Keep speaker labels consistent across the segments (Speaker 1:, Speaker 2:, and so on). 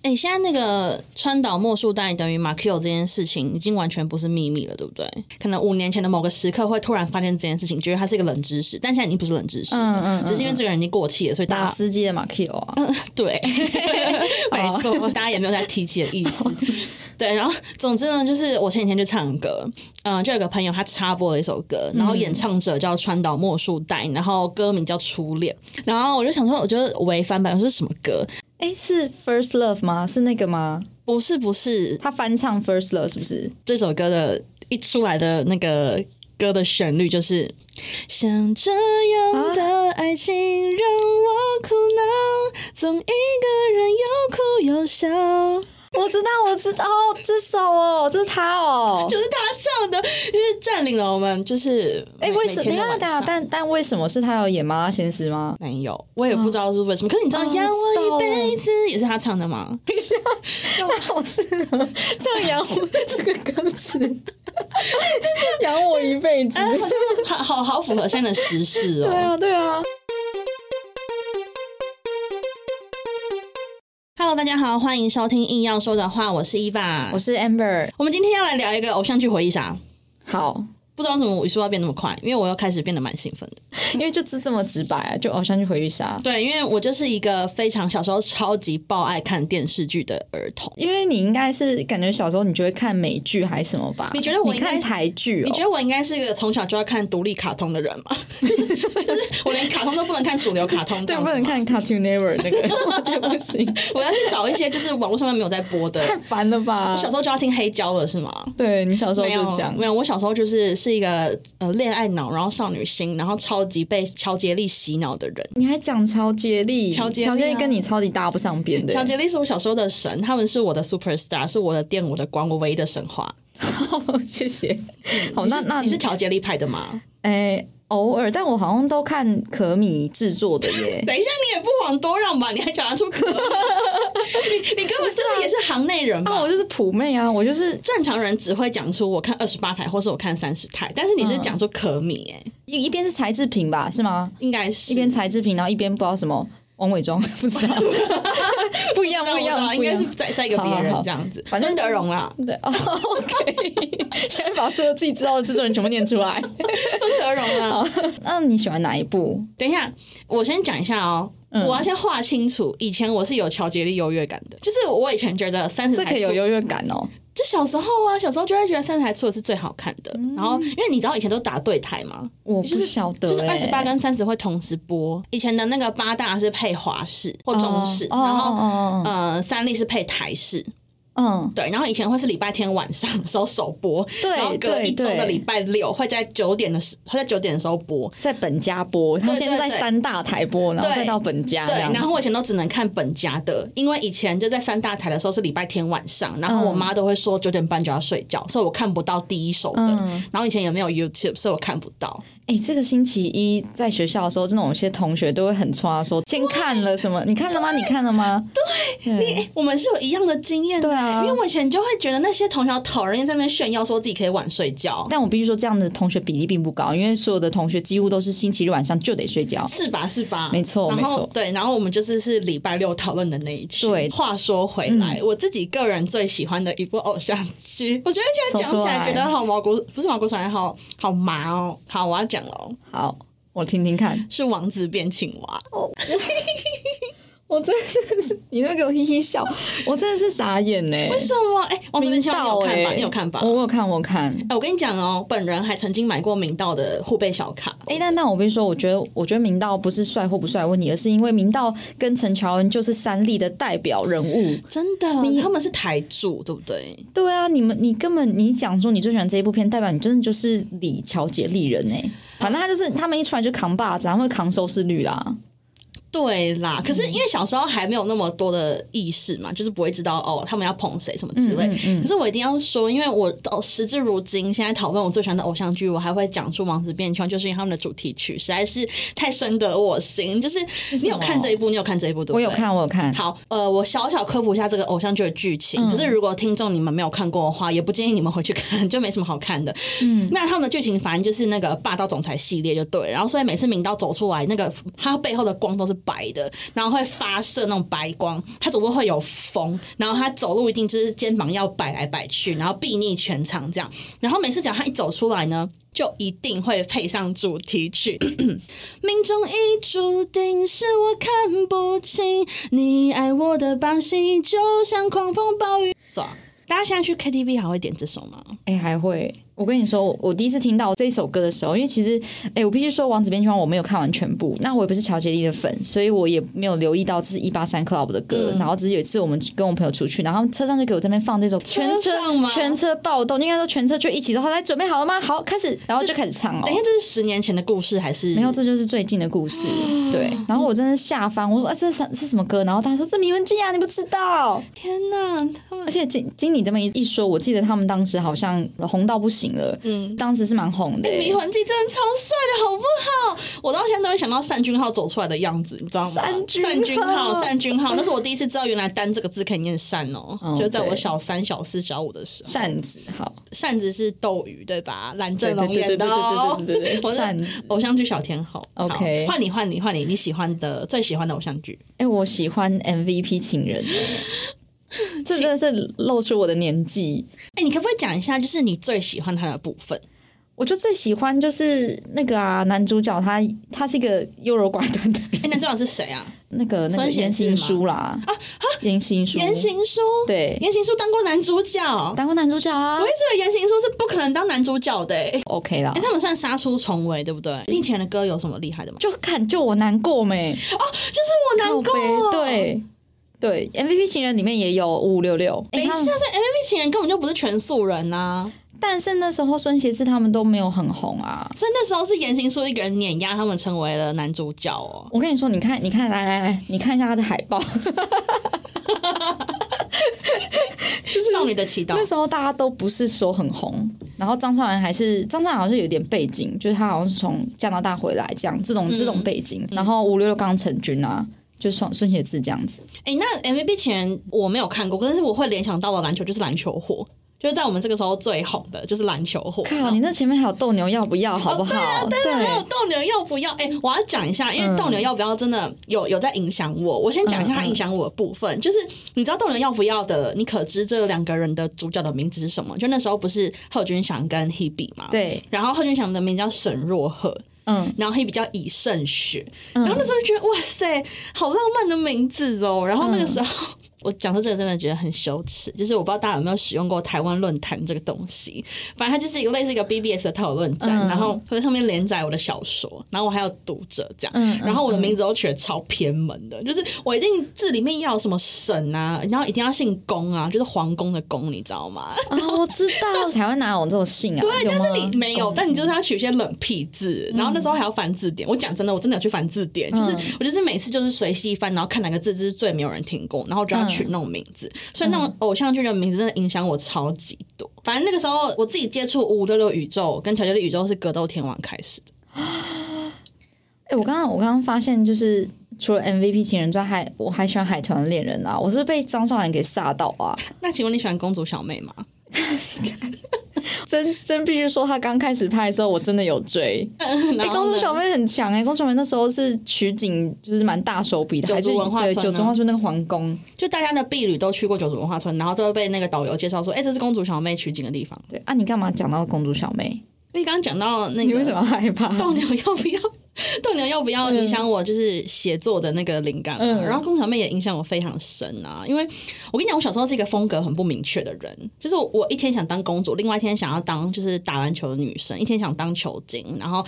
Speaker 1: 哎、现在那个川岛莫树代等于马 Q 这件事情已经完全不是秘密了，对不对？可能五年前的某个时刻会突然发现这件事情，觉得它是一个冷知识，但现在已经不是冷知识了，
Speaker 2: 嗯嗯嗯
Speaker 1: 只是因为这个人已经过气了，所以大
Speaker 2: 打
Speaker 1: 家
Speaker 2: 司机的马 Q 啊，
Speaker 1: 对，没
Speaker 2: 哦
Speaker 1: 错，大家也没有在提起的意思。对，然后总之呢，就是我前几天去唱歌，嗯、就有个朋友他插播了一首歌，然后
Speaker 2: 嗯
Speaker 1: 演唱者叫川岛莫树代，然后歌名叫《初恋》，然后我就想说，我觉得违反版是什么歌？
Speaker 2: 哎，是 First Love 吗？是那个吗？
Speaker 1: 不是，不是
Speaker 2: 他翻唱 First Love 是不是？
Speaker 1: 这首歌的一出来的那个歌的旋律就是。像这样的爱情让我苦恼，总一个人又哭又
Speaker 2: 哦
Speaker 1: 笑。
Speaker 2: 我知道，我知道，哦这首哦，这是他哦。
Speaker 1: 就是他唱的，就是占领了我们，就是
Speaker 2: 哎，
Speaker 1: 每
Speaker 2: 为什
Speaker 1: 每天
Speaker 2: 么？等一
Speaker 1: 的
Speaker 2: 下
Speaker 1: 晚
Speaker 2: 等一下
Speaker 1: 上。
Speaker 2: 但但为什么是他有演《麻辣鲜师》吗？
Speaker 1: 没有，我也不知道是为什么。可是你知道“
Speaker 2: 哦
Speaker 1: 养我一
Speaker 2: 我知道
Speaker 1: 辈子”也是他唱的吗？
Speaker 2: 那我是这样养我这个歌 词，养我一辈子。
Speaker 1: 哎，好像好好好符合现在的时事
Speaker 2: 对
Speaker 1: 哦。
Speaker 2: 啊，对啊。
Speaker 1: Hello，大家好，欢迎收听硬要说的话，我是伊娃
Speaker 2: 我。是 Amber，
Speaker 1: 我们今天要来聊一个偶像剧回忆杀。
Speaker 2: 好，
Speaker 1: 不知道为什么我说要变那么快，因为我又开始变得蛮兴奋的。
Speaker 2: 因为就是这么直白啊，就偶像剧回忆杀。
Speaker 1: 对，因为我就是一个非常小时候超级爆爱看电视剧的儿童。
Speaker 2: 因为你应该是感觉小时候你就会看美剧还是什么吧？
Speaker 1: 你觉得我
Speaker 2: 你
Speaker 1: 应该
Speaker 2: 看台剧、哦？
Speaker 1: 你觉得我应该是一个从小就要看独立卡通的人吗？就是我连卡通都不能看主流卡通，这
Speaker 2: 对
Speaker 1: 样
Speaker 2: 不
Speaker 1: 子吗
Speaker 2: 能。看 Cartoon Network 那个？ 我觉得不行，
Speaker 1: 我要去找一些就是网络上面没有在播的。
Speaker 2: 太烦了吧
Speaker 1: 小？时候就要听黑胶了是吗？
Speaker 2: 对你小时候
Speaker 1: 没
Speaker 2: 就
Speaker 1: 有
Speaker 2: 这样
Speaker 1: 没。有，我小时候就是是一个呃恋爱脑，然后少女心，然后超级被乔杰利洗脑的人。
Speaker 2: 你还讲乔杰利，
Speaker 1: 乔杰利啊
Speaker 2: 乔杰利跟你超级搭不上边的，
Speaker 1: 乔杰利是我小时候的神，他们是我的 super star，是我的电，我的光，我唯一的神话。
Speaker 2: 谢谢。好，哦那那
Speaker 1: 嗯你是乔杰利派的吗？
Speaker 2: 哎，偶尔，但我好像都看可米制作的耶。
Speaker 1: 等一下，你也不遑多让吧？你还讲得 出口？你 你根本就是也是行内人吧？
Speaker 2: 啊，我就是普妹啊，我就是
Speaker 1: 哦正常人只会讲出我看二十八台，或是我看三十台，但是你
Speaker 2: 嗯
Speaker 1: 是讲出可米、欸，
Speaker 2: 一一边是柴智屏吧，是吗？
Speaker 1: 应该是
Speaker 2: 一边柴智屏，然后一边不知道什么王伟忠， 不知道，不一样，
Speaker 1: 那
Speaker 2: 不
Speaker 1: 我
Speaker 2: 一
Speaker 1: 知道
Speaker 2: 样，
Speaker 1: 应该是
Speaker 2: 不一样
Speaker 1: 在在一个别人这样子，
Speaker 2: 好好反正
Speaker 1: 孙德荣 啦，
Speaker 2: 对哦，OK，现 在把所有自己知道的制作人全部念出来。
Speaker 1: 孙德荣啦。
Speaker 2: 那你喜欢哪一部？
Speaker 1: 等一下，我先讲一下哦。
Speaker 2: 嗯
Speaker 1: 我要先划清楚，以前我是有乔杰利优越感的，就是我以前觉得三十
Speaker 2: 这
Speaker 1: 台
Speaker 2: 可以有
Speaker 1: 出
Speaker 2: 优越感哦。
Speaker 1: 就小时候啊，小时候就会觉得三十台出的是最好看的。
Speaker 2: 嗯
Speaker 1: 然后，因为你知道以前都打对台嘛，
Speaker 2: 我不
Speaker 1: 就是
Speaker 2: 晓得、欸，
Speaker 1: 就是二十八跟三十会同时播。以前的那个八大是配华视或中视，
Speaker 2: 哦
Speaker 1: 然后、
Speaker 2: 哦哦
Speaker 1: 呃三立是配台视，
Speaker 2: 哦嗯，
Speaker 1: 对，然后以前会是礼拜天晚上的时候首播，
Speaker 2: 对
Speaker 1: 然后隔一周的
Speaker 2: 对对啊
Speaker 1: 礼拜六会在九点的时，会在九点的时候播。
Speaker 2: 在本家播，他
Speaker 1: 对
Speaker 2: 现在在
Speaker 1: 对
Speaker 2: 三大台播，然后
Speaker 1: 对
Speaker 2: 再到本家
Speaker 1: 对
Speaker 2: 这，样子
Speaker 1: 然后我以前都只能看本家的，因为以前就在三大台的时候是礼拜天晚上，然后
Speaker 2: 嗯
Speaker 1: 我妈都会说九点半就要睡觉，所以我看不到第一手的。
Speaker 2: 嗯
Speaker 1: 然后以前也没有 YouTube，所以我看不到。
Speaker 2: 哎、这个星期一在学校的时候，真的有些同学都会很抓说，先看了什么？你看了吗？你看了吗？对，
Speaker 1: 哎，我们是有一样的经验的，
Speaker 2: 对啊
Speaker 1: 因为我以前就会觉得那些同学讨人厌，在那边炫耀说自己可以晚睡觉，
Speaker 2: 但我必须说，这样的同学比例并不高，因为所有的同学几乎都是星期六晚上就得睡觉。
Speaker 1: 是吧？是吧？
Speaker 2: 没错
Speaker 1: 然
Speaker 2: 没
Speaker 1: 后
Speaker 2: 错
Speaker 1: 对，然后我们就是是礼拜六讨论的那一群。
Speaker 2: 对嗯
Speaker 1: 话说回来，我自己个人最喜欢的一部偶像剧，我觉得现在讲
Speaker 2: 说
Speaker 1: 起
Speaker 2: 出
Speaker 1: 来
Speaker 2: 来
Speaker 1: 觉得好毛骨，不是毛骨悚然，好好麻哦。好，我要讲了哦，
Speaker 2: 好，我听听看。
Speaker 1: 是《王子变青蛙》。
Speaker 2: 我真的是，你那个嘿嘿笑，我真的是傻眼呢、
Speaker 1: 为什么？哎，《王子变
Speaker 2: 明
Speaker 1: 青蛙》你
Speaker 2: 道
Speaker 1: 有
Speaker 2: 哎、
Speaker 1: 看吧？你有看吧？
Speaker 2: 我我有看，我有看。
Speaker 1: 哎，我跟你讲哦，本人还曾经买过明道的护贝小卡。
Speaker 2: 哎、但但我必须说，我觉得我觉得明道不是帅或不帅的问题，而是因为明道跟陈乔恩就是三立的代表人物。
Speaker 1: 真的，他们是台柱，对不对？
Speaker 2: 对啊，你们你根本你讲说你最喜欢这一部片，代表你真的就是李乔杰丽人哎、反正他就是他们一出来就扛把子，他们会扛收视率啦。
Speaker 1: 对
Speaker 2: 嗯
Speaker 1: 啦，可是因为小时候还没有那么多的意识嘛，就是不会知道哦，他们要捧谁什么之类。
Speaker 2: 嗯
Speaker 1: 可是我一定要说，因为我到时至如今，现在讨论我最喜欢的偶像剧，我还会讲出《王子变青蛙》，就是因为他们的主题曲实在是太深得我心。就是你有看这一部，你有看这一部，对不对？
Speaker 2: 我有。看，我有看。
Speaker 1: 好，呃，我小小科普一下这个偶像剧的剧情。可是如果听众你们没有看过的话，也不建议你们回去看，就没什么好看的。嗯，那他们的剧情反正就是那个霸道总裁系列就对了。然后所以每次明道走出来，那个他背后的光都是白的，然后会发射那种白光，他走路会有风，然后他走路一定就是肩膀要摆来摆去，然后睥睨全场这样。然后每次只要他一走出来呢，就一定会配上主题曲。命中已注定，是我看不清你爱我的把戏，就像狂风暴雨。走大家现在去 KTV 还会点这首吗？
Speaker 2: 哎、还会。我跟你说，我我第一次听到这首歌的时候，因为其实，哎、我必须说，《王子变圈》我没有看完全部，那我也不是乔杰利的粉，所以我也没有留意到这是一八三 club 的歌。
Speaker 1: 嗯
Speaker 2: 然后只是有一次我们跟我朋友出去，然后车上就给我这边放这首，全车
Speaker 1: 上吗
Speaker 2: 全车暴动，应该说全车就一起的话，来准备好了吗？好，开始，然后就开始唱哦。
Speaker 1: 等一下，哎这是十年前的故事还是
Speaker 2: 没有，这就是最近的故 事。对，然后我真的吓翻，我说啊，这是这是什么歌？然后大家说这迷魂记啊，你不知道？
Speaker 1: 天哪，他们
Speaker 2: 而且经经你这么一一说，我记得他们当时好像红到不行了，嗯，当时是蛮红的、
Speaker 1: 《迷魂记》真的超帅的，好不好？我到现在都会想到单君浩走出来的样子，你知道吗？
Speaker 2: 单君浩
Speaker 1: 单君浩，单君浩，那是我第一次知道原来“单”这个字可以念“扇”哦，
Speaker 2: 嗯
Speaker 1: 就在我
Speaker 2: 对
Speaker 1: 小三、小四、小五的时候。
Speaker 2: 扇子好，
Speaker 1: 扇子是斗鱼对吧？蓝正龙
Speaker 2: 对对对
Speaker 1: 演的哦
Speaker 2: 对对对对对对，
Speaker 1: 我
Speaker 2: 扇子
Speaker 1: 是偶像剧小天后。好
Speaker 2: OK
Speaker 1: 换你换你换你，你喜欢的最喜欢的偶像剧？
Speaker 2: 哎、我喜欢 MVP 情人，这真的是露出我的年纪。
Speaker 1: 哎，你可不可以讲一下，就是你最喜欢他的部 分？
Speaker 2: 我就最喜欢就是那个啊，男主角他他是一个优柔寡断的人，
Speaker 1: 哎，男主角是谁啊？
Speaker 2: 那个那个
Speaker 1: 孙贤
Speaker 2: 言
Speaker 1: 志
Speaker 2: 行书啦，啊言行书，
Speaker 1: 言行书。
Speaker 2: 对，
Speaker 1: 言行书当过男主角，
Speaker 2: 当过男主角啊
Speaker 1: 我一直以为言行书是不可能当男主角的、欸。
Speaker 2: ，OK 啦
Speaker 1: 哎、，他们算杀出重围，对不对？令前的歌有什么厉害的吗？
Speaker 2: 就看就我难过没，
Speaker 1: 就是我难过
Speaker 2: 靠背，对对，MVP 情人里面也有五五六六，哎
Speaker 1: 等一
Speaker 2: 他
Speaker 1: 下，
Speaker 2: 们
Speaker 1: 这 MV 情人根本就不是全素人啊呐、
Speaker 2: 但是那时候孙协志他们都没有很红啊。
Speaker 1: 所以那时候是言行书一个人碾压他们，成为了男主角哦。
Speaker 2: 我跟你说，你看，你看，来来来，你看一下他的海报，
Speaker 1: 就是少女的祈
Speaker 2: 那
Speaker 1: 祷，
Speaker 2: 时候大家都不是说很红，然后张韶涵还是张韶涵好像是有点背景，就是她好像是从加拿大回来这样，
Speaker 1: 嗯
Speaker 2: 这种、这种背景，然后五六六刚成军啊，就孙孙协志这样子，
Speaker 1: 哎、那 MV 情人我没有看过，但是我会联想到的篮球就是篮球火，就是在我们这个时候最红的就是篮球火。哦啊
Speaker 2: 靠，你那前面还有斗牛要不要，好不好？对嗯
Speaker 1: 还有斗牛要不要？哎、我要讲一下，因为斗牛要不要真的有有在影响我。我先讲一下它影响我的部分，就是你知道斗牛要不要的，你可知这两个人的主角的名字是什么？就那时候不是贺军翔跟 Hebe 嘛，。
Speaker 2: 对，
Speaker 1: 然后贺军翔的名字叫沈若赫，
Speaker 2: 嗯，
Speaker 1: 然后 Hebe 叫以胜雪。然后那时候就觉得哇塞，好浪漫的名字哦。然后那个时候。 我讲到这个真的觉得很羞耻，就是我不知道大家有没有使用过台湾论坛这个东西，反正它就是一个类似一个 BBS 的讨论站，然后会在上面连载我的小说，然后我还有读者这样，然后我的名字都取得超偏门的，就是我一定字里面要有什么沈啊，然后一定要姓龚啊，就是皇宫的宫，你知道吗？
Speaker 2: 啊、我知 道，台湾哪有这种姓啊？对，
Speaker 1: 但
Speaker 2: 但
Speaker 1: 是你没有，但你就是要取一些冷僻字，
Speaker 2: 嗯
Speaker 1: 然后那时候还要翻字典。我讲真的，我真的有去翻字典，就是我就是每次就是随机翻，然后看哪个字就是最没有人听过，然后就要取那种名字。所以那
Speaker 2: 嗯
Speaker 1: 种偶像剧的名字真的影响我超级多。反正那个时候我自己接触五五六六宇宙跟乔杰的宇宙是格斗天王开始的。
Speaker 2: 哎、我刚刚我刚刚发现，就是除了 MVP 情人之外，还我还喜欢海豚恋人啊，我是被张韶涵给吓到啊！
Speaker 1: 那请问你喜欢公主小妹吗？
Speaker 2: 真真必须说，她刚开始拍的时候，我真的有追。哎、
Speaker 1: 哎
Speaker 2: 公主小妹很强哎、公主小妹那时候是取景就是蛮大手笔的，
Speaker 1: 九
Speaker 2: 还
Speaker 1: 族
Speaker 2: 是
Speaker 1: 文化
Speaker 2: 对
Speaker 1: 村
Speaker 2: 九
Speaker 1: 啊
Speaker 2: 族文化村那个皇宫，
Speaker 1: 就大家的婢女都去过九族文化村，然后都会被那个导游介绍说，哎、这是公主小妹取景的地方。
Speaker 2: 对啊，你干嘛讲到公主小妹？
Speaker 1: 因为刚刚讲到那个，
Speaker 2: 你为什么要害怕？
Speaker 1: 斗牛要不要？斗牛要不要影响我就是写作的那个灵感嘛、啊
Speaker 2: 嗯
Speaker 1: 然后宫小妹也影响我非常深啊，因为我跟你讲，我小时候是一个风格很不明确的人，就是我我一天想当公主，另外一天想要当就是打篮球的女生，一天想当球精，然后。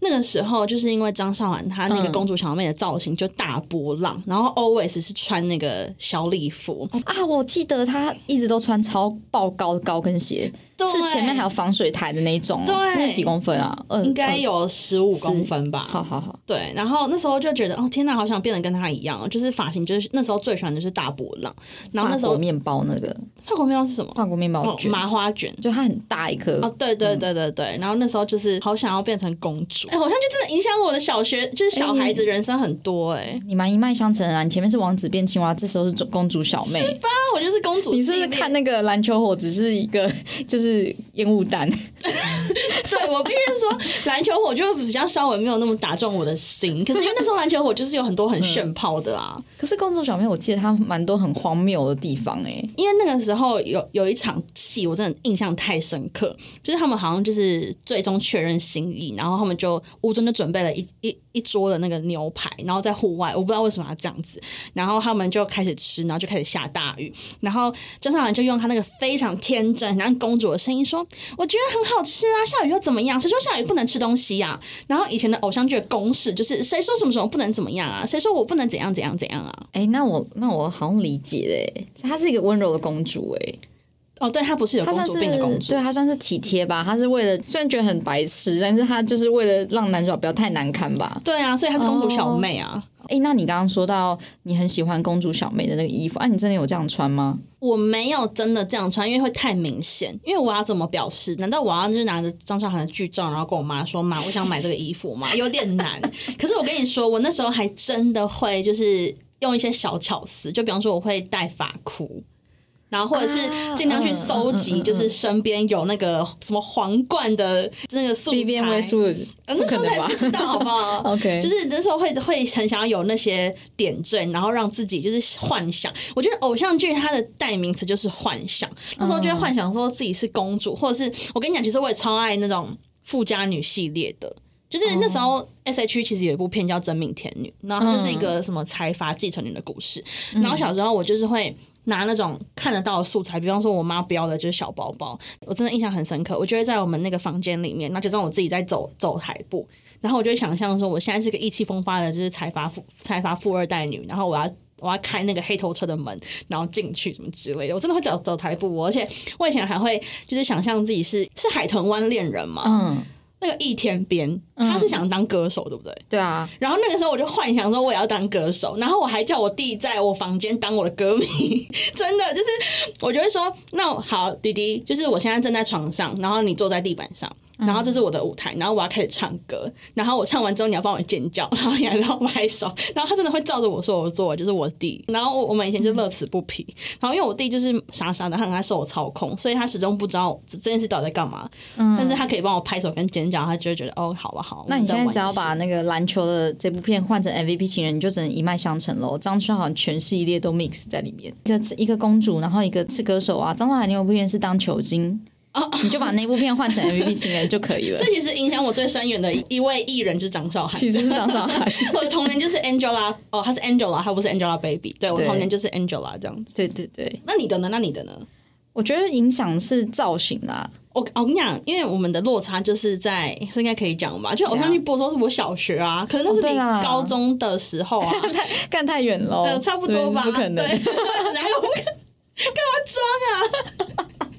Speaker 1: 那个时候就是因为张韶涵她
Speaker 2: 嗯
Speaker 1: 那个公主小妹的造型就大波浪，然后 always 是穿那个小礼服，
Speaker 2: 啊，我记得她一直都穿超爆高的高跟鞋，
Speaker 1: 对
Speaker 2: 哦是前面还有防水台的那一种哦，
Speaker 1: 对
Speaker 2: 那是几公分啊？二
Speaker 1: 应该。
Speaker 2: 二
Speaker 1: 有十五公分吧，
Speaker 2: 好好好，
Speaker 1: 对，然后那时候就觉得，哦天哪，好想变得跟他一样哦，就是发型，就是那时候最喜欢的就是大波浪，然后那时
Speaker 2: 法
Speaker 1: 候
Speaker 2: 国面包那个
Speaker 1: 法国面包是什么？
Speaker 2: 法国面包
Speaker 1: 哦，
Speaker 2: 卷，
Speaker 1: 麻花卷。
Speaker 2: 就它很大一颗。
Speaker 1: 哦，对对对对对，然后那时候就是好想要变成公主，哎、哎好像就真的影响我的小学，就是小孩子人生很多哎、
Speaker 2: 你蛮一脉相承啊！你前面是王子变青蛙，这时候是公主小妹。
Speaker 1: 啊，我就是公主系列。
Speaker 2: 你是不是看那个篮球火只是一个就是烟雾弹？
Speaker 1: 对，我必须 说，篮球火就比较稍微没有那么打中我的心。可是因为那时候篮球火就是有很多很炫炮的啊，
Speaker 2: 可是《公主小妹》我记得它蛮多很荒谬的地方哎、
Speaker 1: 因为那个时候有有一场戏，我真的印象太深刻，就是他们好像就是最终确认心意，然后他们就乌尊就准备了一一一桌的那个牛排，然后在户外，我不知道为什么要这样子，然后他们就开始吃，然后就开始下大雨，然后张韶涵就用她那个非常天真，然后公主的声音说：“我觉得很好吃啊，下雨又怎么样？谁说下雨不能吃东西呀、然后以前的偶像剧的公式就是谁说什么什么不能怎么样啊，谁说我不能怎样怎样怎样啊？
Speaker 2: 哎、那我那我好像理解哎、她是一个温柔的公主哎、
Speaker 1: 哦，对，她不是有
Speaker 2: 她
Speaker 1: 公
Speaker 2: 算
Speaker 1: 主
Speaker 2: 是
Speaker 1: 病的公主，
Speaker 2: 对她算是体贴吧，她是为了虽然觉得很白痴，但是她就是为了让男主角不要太难堪吧。
Speaker 1: 对啊，所以她是公主小妹啊。
Speaker 2: 哎、那你刚刚说到你很喜欢公主小妹的那个衣服，啊，你真的有这样穿吗？
Speaker 1: 我没有真的这样穿，因为会太明显。因为我要怎么表示？难道我要就是拿着张韶涵的剧照，然后跟我妈说：“妈，我想买这个衣服吗？” 有点难。可是我跟你说，我那时候还真的会就是用一些小巧思，就比方说我会戴发箍。然后或者是
Speaker 2: 啊
Speaker 1: 尽量去
Speaker 2: 嗯
Speaker 1: 搜
Speaker 2: 嗯
Speaker 1: 集，
Speaker 2: 嗯嗯
Speaker 1: 就是身边有那个什么皇冠的那个素材，
Speaker 2: B B M 素
Speaker 1: 呃
Speaker 2: 不
Speaker 1: 那时
Speaker 2: 可
Speaker 1: 候
Speaker 2: 能
Speaker 1: 才
Speaker 2: 吧
Speaker 1: 不知道，好不好
Speaker 2: OK
Speaker 1: 就是那时候会会很想要有那些点阵，然后让自己就是幻想。我觉得偶像剧它的代名词就是幻想，那时候就会幻想说自己是公主，或者是我跟你讲，其实我也超爱那种富家女系列的。就是那时候，S H E 其实有一部片叫《真命天女》，然后它就是一个什么财阀继承人的故事。然后小时候我就是会拿那种看得到的素材，比方说我妈不要的就是小包包，我真的印象很深刻。我就会在我们那个房间里面，然后假装我自己在走走台步，然后我就会想象说，我现在是个意气风发的，就是财阀富财阀富二代女，然后我要。我要开那个黑头车的门，然后进去什么之类的，我真的会走走台步哦，而且我以前还会就是想象自己是是海豚湾恋人嘛，
Speaker 2: 嗯，
Speaker 1: 那个易天边，他是想当歌手，对不对？
Speaker 2: 对啊，
Speaker 1: 然后那个时候我就幻想说我也要当歌手，然后我还叫我弟在我房间当我的歌迷，真的就是我就会说，那好，弟弟，就是我现在正在床上，然后你坐在地板上。
Speaker 2: 嗯
Speaker 1: 然后这是我的舞台，然后我要开始唱歌，然后我唱完之后你要帮我尖叫，然后你还帮我拍手，然后他真的会照着我说我做，就是我弟。然后我我们以前就乐此不疲，然后因为我弟就是傻傻的，他很爱受我操控，所以他始终不知道这这件事到底在干嘛。但是他可以帮我拍手跟尖叫，他就会觉得哦，好吧，好。
Speaker 2: 嗯那你
Speaker 1: 我们再玩
Speaker 2: 现在只
Speaker 1: 一
Speaker 2: 要
Speaker 1: 次
Speaker 2: 把那个篮球的这部片换成 MVP 情人，你就只能一脉相承喽。张韶涵全系列都 mix 在里面，一个一个公主，然后一个是歌手啊。张韶涵那部片是当球精，你就把那部片换成 MVP 情人就可以了
Speaker 1: 这。其实影响我最深远的一位艺人就是张韶涵。
Speaker 2: 其实是张韶涵，
Speaker 1: 我的童年就是 Angela，哦，她是 Angela，她不是 Angelababy。对，我的
Speaker 2: 对
Speaker 1: 童年就是 Angela 这样子。
Speaker 2: 对对对，
Speaker 1: 那你的呢？那你的呢？
Speaker 2: 我觉得影响是造型啦。
Speaker 1: 我哦我跟你讲，因为我们的落差就是在，这应该可以讲吧？就偶像剧播的时候是我小学啊，可能那是
Speaker 2: 哦对
Speaker 1: 你
Speaker 2: 啦
Speaker 1: 高中的时候啊，
Speaker 2: 干太远喽
Speaker 1: 呃，差不多吧？
Speaker 2: 对不可能。
Speaker 1: 对 哪有不可？啊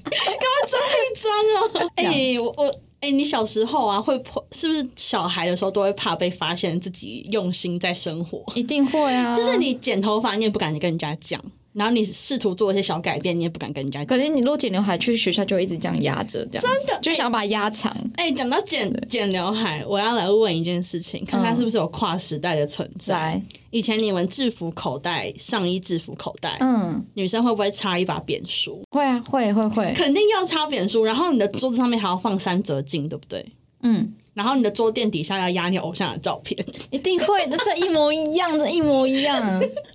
Speaker 1: 干嘛装啊？干嘛 装一装啊？哎、我我。哎、你小时候啊，会是不是小孩的时候都会怕被发现自己用心在生活？
Speaker 2: 一定会啊！
Speaker 1: 就是，你剪头发，你也不敢跟人家讲，然后你试图做一些小改变，你也不敢跟人家讲。
Speaker 2: 可是你如果剪刘海去学校，就会一直这样压着，这样真
Speaker 1: 的
Speaker 2: 就想要把它压长。
Speaker 1: 哎、讲到剪剪刘海，我要来问一件事情，看它是不是有跨时代的存在。
Speaker 2: 嗯来，
Speaker 1: 以前你们制服口袋、上衣制服口袋，
Speaker 2: 嗯，
Speaker 1: 女生会不会插一把扁梳？
Speaker 2: 会啊，会会会，
Speaker 1: 肯定要插扁梳，然后你的桌子上面还要放三折镜，对不对？
Speaker 2: 嗯。
Speaker 1: 然后你的桌垫底下要压你偶像的照片。
Speaker 2: 一定会的，这一模一样，这一模一 样。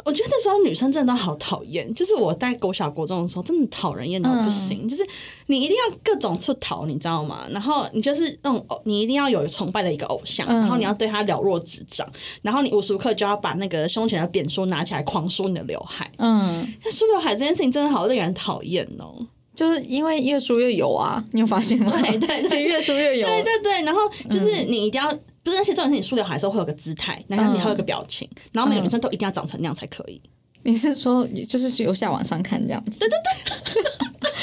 Speaker 1: 我觉得那时候女生真的都好讨厌，就是我在国小国中的时候，真的讨人厌到不行。就是你一定要各种出头，你知道吗？然后你就是那种偶，你一定要有崇拜的一个偶像，然后你要对他了若指掌，然后你无时无刻就要把那个胸前的扁梳拿起来狂梳你的刘海。
Speaker 2: 嗯，
Speaker 1: 那梳刘海这件事情真的好令人讨厌哦。
Speaker 2: 就是因为越输越有啊，你有发现吗？对对对，越输越有。
Speaker 1: 对对对，然后就是你一定要。不是，而且重点是你梳刘海的时候会有个姿态，然后你还有个表情，然后每个女生都一定要长成那样才可以。
Speaker 2: 你是说就是由下往上看这样子？对对对。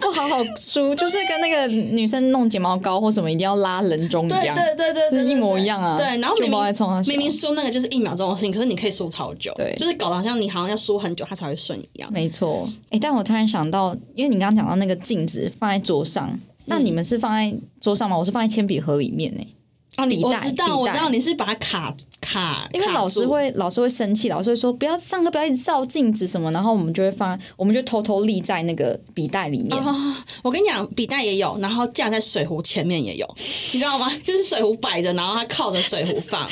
Speaker 2: 不好好梳，就是跟那个女生弄睫毛膏或什么，一定要拉人中一
Speaker 1: 对
Speaker 2: 样。
Speaker 1: 对对对对，
Speaker 2: 是一模
Speaker 1: 对
Speaker 2: 一样啊
Speaker 1: 对，然后
Speaker 2: 就
Speaker 1: 明
Speaker 2: 不知道在冲啊他
Speaker 1: 明
Speaker 2: 笑
Speaker 1: 明明梳那个就是一秒钟的事情，可是你可以梳超久，
Speaker 2: 对
Speaker 1: 就是搞得好像你好像要梳很久它才会顺一样。
Speaker 2: 没错。哎、但我突然想到，因为你刚刚讲嗯到那个镜子放在桌上，那你们是放在桌上吗？我是放在铅笔盒里面呢、
Speaker 1: 啊，你我
Speaker 2: 笔袋
Speaker 1: 知道，
Speaker 2: 笔
Speaker 1: 我
Speaker 2: 袋
Speaker 1: 知道你是把它卡卡，
Speaker 2: 因为
Speaker 1: 卡
Speaker 2: 老师
Speaker 1: 住
Speaker 2: 会老师会生气，老师会说不要上课，不要一直照镜子什么，然后我们就会放，我们就偷偷立在那个笔袋里面。
Speaker 1: 啊！我跟你讲，笔袋也有，然后架在水壶前面 也有，你知道吗？就是水壶摆着，然后它靠着水壶 放。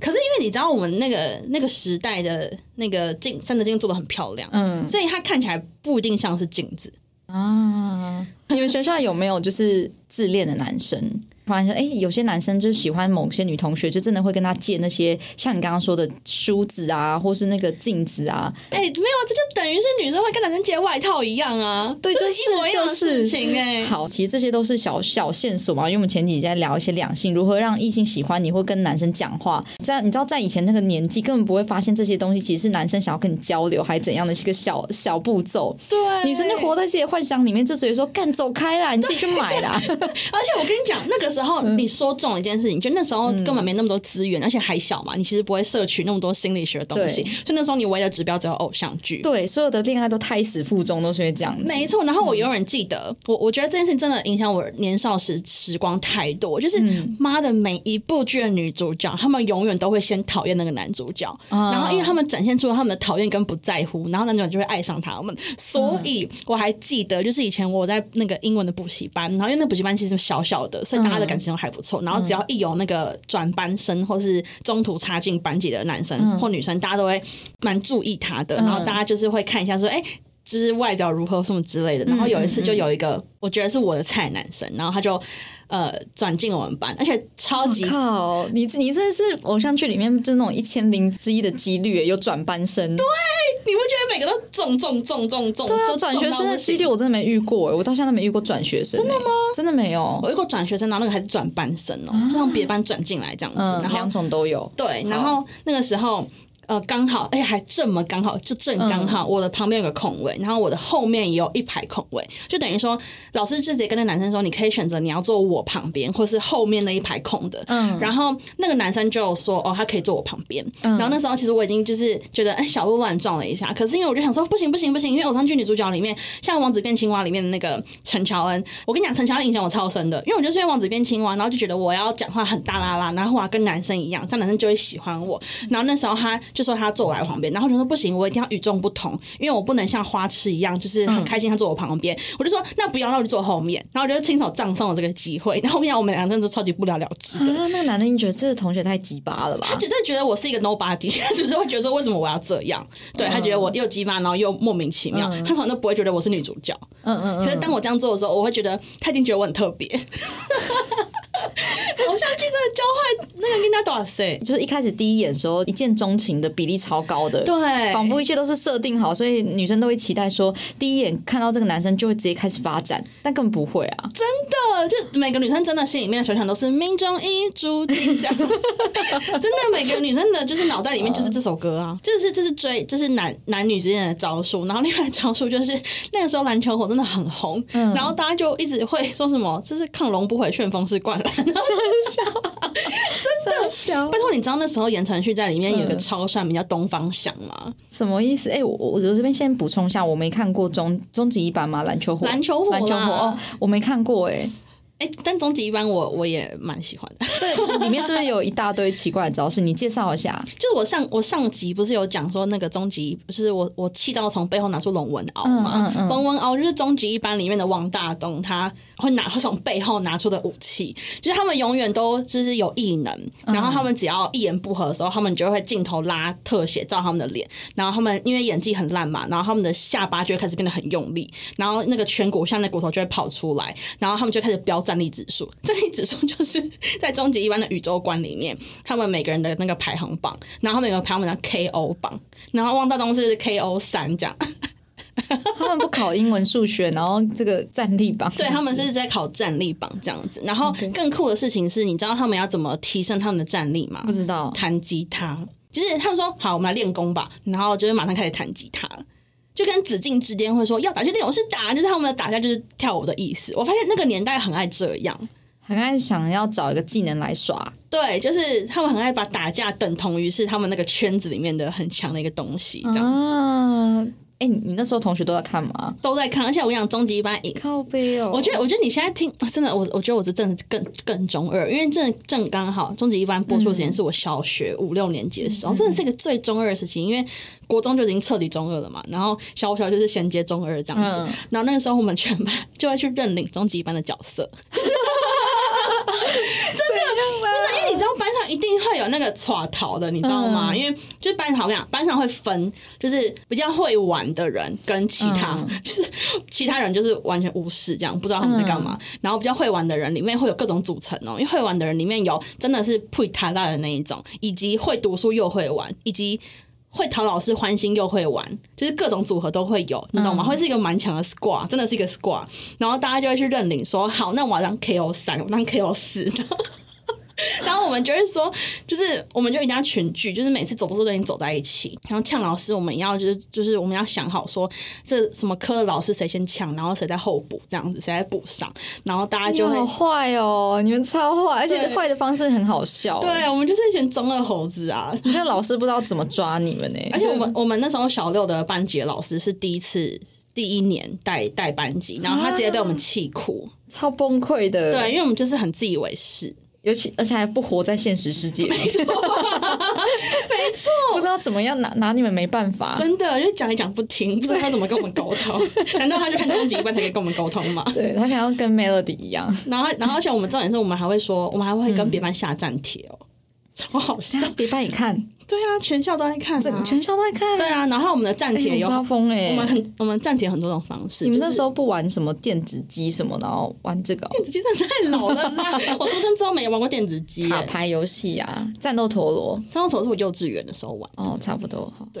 Speaker 1: 可是因为你知道我们那个那个时代的那个镜三折镜做的很漂亮，
Speaker 2: 嗯
Speaker 1: 所以它看起来不一定像是镜子。
Speaker 2: 啊，你们学校有没有就是自恋的男生？突然说，哎、有些男生就是喜欢某些女同学，就真的会跟她借那些像你刚刚说的梳子啊，或是那个镜子啊。
Speaker 1: 哎、没有啊，这就等于是女生会跟男生借外套一样啊，
Speaker 2: 对
Speaker 1: 这
Speaker 2: 就是
Speaker 1: 一模一样的
Speaker 2: 就是
Speaker 1: 事情哎、
Speaker 2: 好，其实这些都是小小线索嘛，因为我们前几集在聊一些两性如何让异性喜欢你，或跟男生讲话。在你知道，在以前那个年纪，根本不会发现这些东西，其实是男生想要跟你交流，还怎样的一个小小步骤。
Speaker 1: 对，
Speaker 2: 女生就活在自己的幻想里面，就直接说干走开啦，你自己去买
Speaker 1: 而
Speaker 2: 啦。
Speaker 1: 且我跟你讲，那个时候
Speaker 2: 嗯
Speaker 1: 你说中了一件事情，就那时候根本没那么多资源，而且还小嘛，你其实不会摄取那么多心理学的东西
Speaker 2: 对，
Speaker 1: 所以那时候你唯一的指标只有偶像剧。
Speaker 2: 对，所有的恋爱都胎死腹中，都是会这样子。
Speaker 1: 没错，然后我永远记得，我我觉得这件事情真的影响我年少时时光太多。就是
Speaker 2: 嗯
Speaker 1: 妈的，每一部剧的女主角，她们永远都会先讨厌那个男主角，
Speaker 2: 啊
Speaker 1: 然后因为他们展现出了他们的讨厌跟不在乎，然后男主角就会爱上他们。所以
Speaker 2: 嗯
Speaker 1: 我还记得，就是以前我在那个英文的补习班，然后因为那补习班其实小小的，
Speaker 2: 嗯
Speaker 1: 所以大家的感情都还不错。然后只要一有那个转班生或是中途插进班级的男
Speaker 2: 嗯
Speaker 1: 生或女生，大家都会蛮注意他的，然后大家就是会看一下说，哎。就是外表如何什么之类
Speaker 2: 嗯
Speaker 1: 的，然后有一次就有一个我觉得是我的菜男生，然后他就呃转进我们班，而且超级
Speaker 2: 我靠，你你真的是偶像剧里面就是那种一千零之一的几率耶，有转班生，对，
Speaker 1: 你不觉得每个都中中中中中，就
Speaker 2: 啊，转
Speaker 1: 中
Speaker 2: 学
Speaker 1: 到
Speaker 2: 生的
Speaker 1: 不
Speaker 2: 几
Speaker 1: 行
Speaker 2: 率我真的没遇过耶，我到现在都没遇过转学生，真的吗？真的没有，
Speaker 1: 我遇过转学生，然后那个还是转班生哦、就从别班转进来这样子，
Speaker 2: 啊嗯，
Speaker 1: 然后
Speaker 2: 两种都有，
Speaker 1: 对，然后那个时候。呃，刚好，而且还这么刚好，就正刚好。
Speaker 2: 嗯
Speaker 1: 我的旁边有个空位，然后我的后面也有一排空位，就等于说，老师直接跟那男生说，你可以选择你要坐我旁边，或是后面那一排空的。嗯，然后那个男生就说，哦，他可以坐我旁边。
Speaker 2: 嗯
Speaker 1: 然后那时候其实我已经就是觉得，哎，小鹿乱撞了一下，可是因为我就想说，不行不行不行，因为偶像剧女主角里面，像《王子变青蛙》里面的那个陈乔恩，我跟你讲，陈乔恩影响我超深的，因为我就是因为《王子变青蛙》，然后就觉得我要讲话很大啦啦，然后我要跟男生一样，这样男生就会喜欢我。然后那时候他就说他坐我来旁边，然后我就说不行，我一定要与众不同，因为我不能像花痴一样，就是很开心他坐我旁边。我就说那不要，那我就坐后面。然后我就亲手葬送了这个机会。然后后面我们两个人就超级不了了之的。
Speaker 2: 啊，那个男的你觉得这个同学太鸡巴了吧？
Speaker 1: 他绝对觉得我是一个 nobody，他 只是会觉得说为什么我要这样？对他觉得我又鸡巴，然后又莫名其妙，他从来都不会觉得我是女主角。
Speaker 2: 嗯嗯嗯，
Speaker 1: 可是当我这样做的时候，我会觉得他一定觉得我很特别。偶像剧真的教坏那个跟他多少岁？
Speaker 2: 就是一开始第一眼的时候一见钟情的比例超高的，
Speaker 1: 对
Speaker 2: 仿佛一切都是设定好，所以女生都会期待说第一眼看到这个男生就会直接开始发展，但根本不会啊。
Speaker 1: 真的，就每个女生真的心里面的小想都是命中已注定这样。真的，每个女生的就是脑袋里面就是这首歌啊，这是这是追，这是男男女之间的招数。然后另外的招数就是那个时候篮球火真的很红，然后大家就一直会说什么，这是亢龙不悔，旋风式灌篮。
Speaker 2: 真香
Speaker 1: 拜托，你知道那时候言承旭在里面有一个超帅名叫东方翔吗？
Speaker 2: 什么意思？哎、我我我这边先补充一下，我没看过终终极一班吗？篮球火，
Speaker 1: 篮球火
Speaker 2: 篮球
Speaker 1: 啦
Speaker 2: 火哦，我没看过哎、
Speaker 1: 哎、但终极一班我我也蛮喜欢的。
Speaker 2: 这里面是不是有一大堆奇怪的招式？你介绍一下。
Speaker 1: 就是我上我上集不是有讲说那个终极，就是我我气到从背后拿出龙纹鳌嘛，龙纹鳌就是终极一班里面的王大东，他会拿会从背后拿出的武器，就是他们永远都就是有异能，然后他们只要一言不合的时候，他们就会镜头拉特写照他们的脸，然后他们因为演技很烂嘛，然后他们的下巴就会开始变得很用力，然后那个颧骨像那骨头就会跑出来，然后他们就开始标战力指数，战力指数就是在终极一班的宇宙观里面，他们每个人的那个排行榜，然后他们有个排行榜叫 KO 榜，然后汪大东是 KO 三这样，
Speaker 2: 他们不考英文、数学，然后这个战力榜，
Speaker 1: 对他们是在考战力榜这样子，然后更酷的事情是，你知道他们要怎么提升他们的战力吗
Speaker 2: 不？知道
Speaker 1: 弹吉他，就是他们说好，我们来练功吧，然后就是马上开始弹吉他了。就跟紫禁之巅会说要打就练，我是打，就是他们的打架就是跳舞的意思。我发现那个年代很爱这样，
Speaker 2: 很爱想要找一个技能来耍。
Speaker 1: 对，就是他们很爱把嗯打架等同于是他们那个圈子里面的很强的一个东西，这样子。
Speaker 2: 啊，哎、你你那时候同学都在看吗？
Speaker 1: 都在看，而且我想终极一班赢。
Speaker 2: 靠背哦，
Speaker 1: 我觉得，我觉得你现在听，啊真的，我我觉得我是真的更更中二，因为真的正刚好终极一班播出的时间是我小学五六年级的
Speaker 2: 嗯
Speaker 1: 时候，真的是一个最中二的事情，因为国中就已经彻底中二了嘛，然后小五小六就是衔接中二这样子，
Speaker 2: 嗯
Speaker 1: 然后那个时候我们全班就会去认领终极一班的角 色，真
Speaker 2: 啊
Speaker 1: 的，因为你知道班上一定会有那个耍逃的，你知道吗？
Speaker 2: 嗯
Speaker 1: 因为就是班上，我跟你讲，班上会分，就是比较会玩的人跟其他，
Speaker 2: 嗯
Speaker 1: 就是其他人就是完全无视这样，不知道他们在干嘛。然后比较会玩的人里面会有各种组成哦，因为会玩的人里面有真的是会塔拉的那一种，以及会读书又会玩，以及。会讨老师欢心又会玩，就是各种组合都会有，你懂
Speaker 2: 嗯
Speaker 1: 吗？会是一个蛮强的 squad，真的是一个 squad。然后大家就会去认领说，好，那我要当 KO 三，我当 KO 四， 然后然后我们就会说，就是我们就一定要群聚，就是每次走的时候都已经走在一起。然后呛老师，我们要就是就是我们要想好说，这什么科的老师谁先呛，然后谁在后补，这样子谁在补上，然后大家
Speaker 2: 你
Speaker 1: 就
Speaker 2: 们
Speaker 1: 会。
Speaker 2: 好坏哦，你们超坏，而且
Speaker 1: 对
Speaker 2: 坏的方式很好笑。，
Speaker 1: 对，我啊们就是一群中二猴子啊！
Speaker 2: 你这老师不知道怎么抓你们呢、哎
Speaker 1: 而且我们我们那时候小六的班级的老师是第一次第一年带带班级，然后他直接被我
Speaker 2: 啊
Speaker 1: 们气哭。
Speaker 2: 超崩溃的。
Speaker 1: 对，因，为我们就是很自以为是，
Speaker 2: 尤其而且还不活在现实世界，没 错，不知道怎么样拿拿你们没办法。
Speaker 1: 真的就讲一讲不听，不知道他怎么跟我们沟 通。难道他就看终极一班才可以跟我们沟通吗？
Speaker 2: 对他想要跟 Melody 一样，
Speaker 1: 然后，然后，而且我们重点是我们还会说，我们还会跟别班下站帖 哦，超好笑。
Speaker 2: 别班也看，
Speaker 1: 对啊，全校都在看、
Speaker 2: 整
Speaker 1: 啊，
Speaker 2: 全校都在看，
Speaker 1: 对啊。然后我们的站
Speaker 2: 哎
Speaker 1: 帖
Speaker 2: 你
Speaker 1: 有，
Speaker 2: 们发疯哎
Speaker 1: 我！们很我们站帖很多种方式。
Speaker 2: 你们那
Speaker 1: 就是
Speaker 2: 时候不玩什么电子机什么，然后玩这个哦
Speaker 1: 电子机真的太老了 啦！我出生之后没玩过电子机、
Speaker 2: 卡
Speaker 1: 欸，
Speaker 2: 牌游戏啊，战斗陀螺
Speaker 1: 张头是我幼稚园的时候玩。
Speaker 2: 哦，差不多好。对，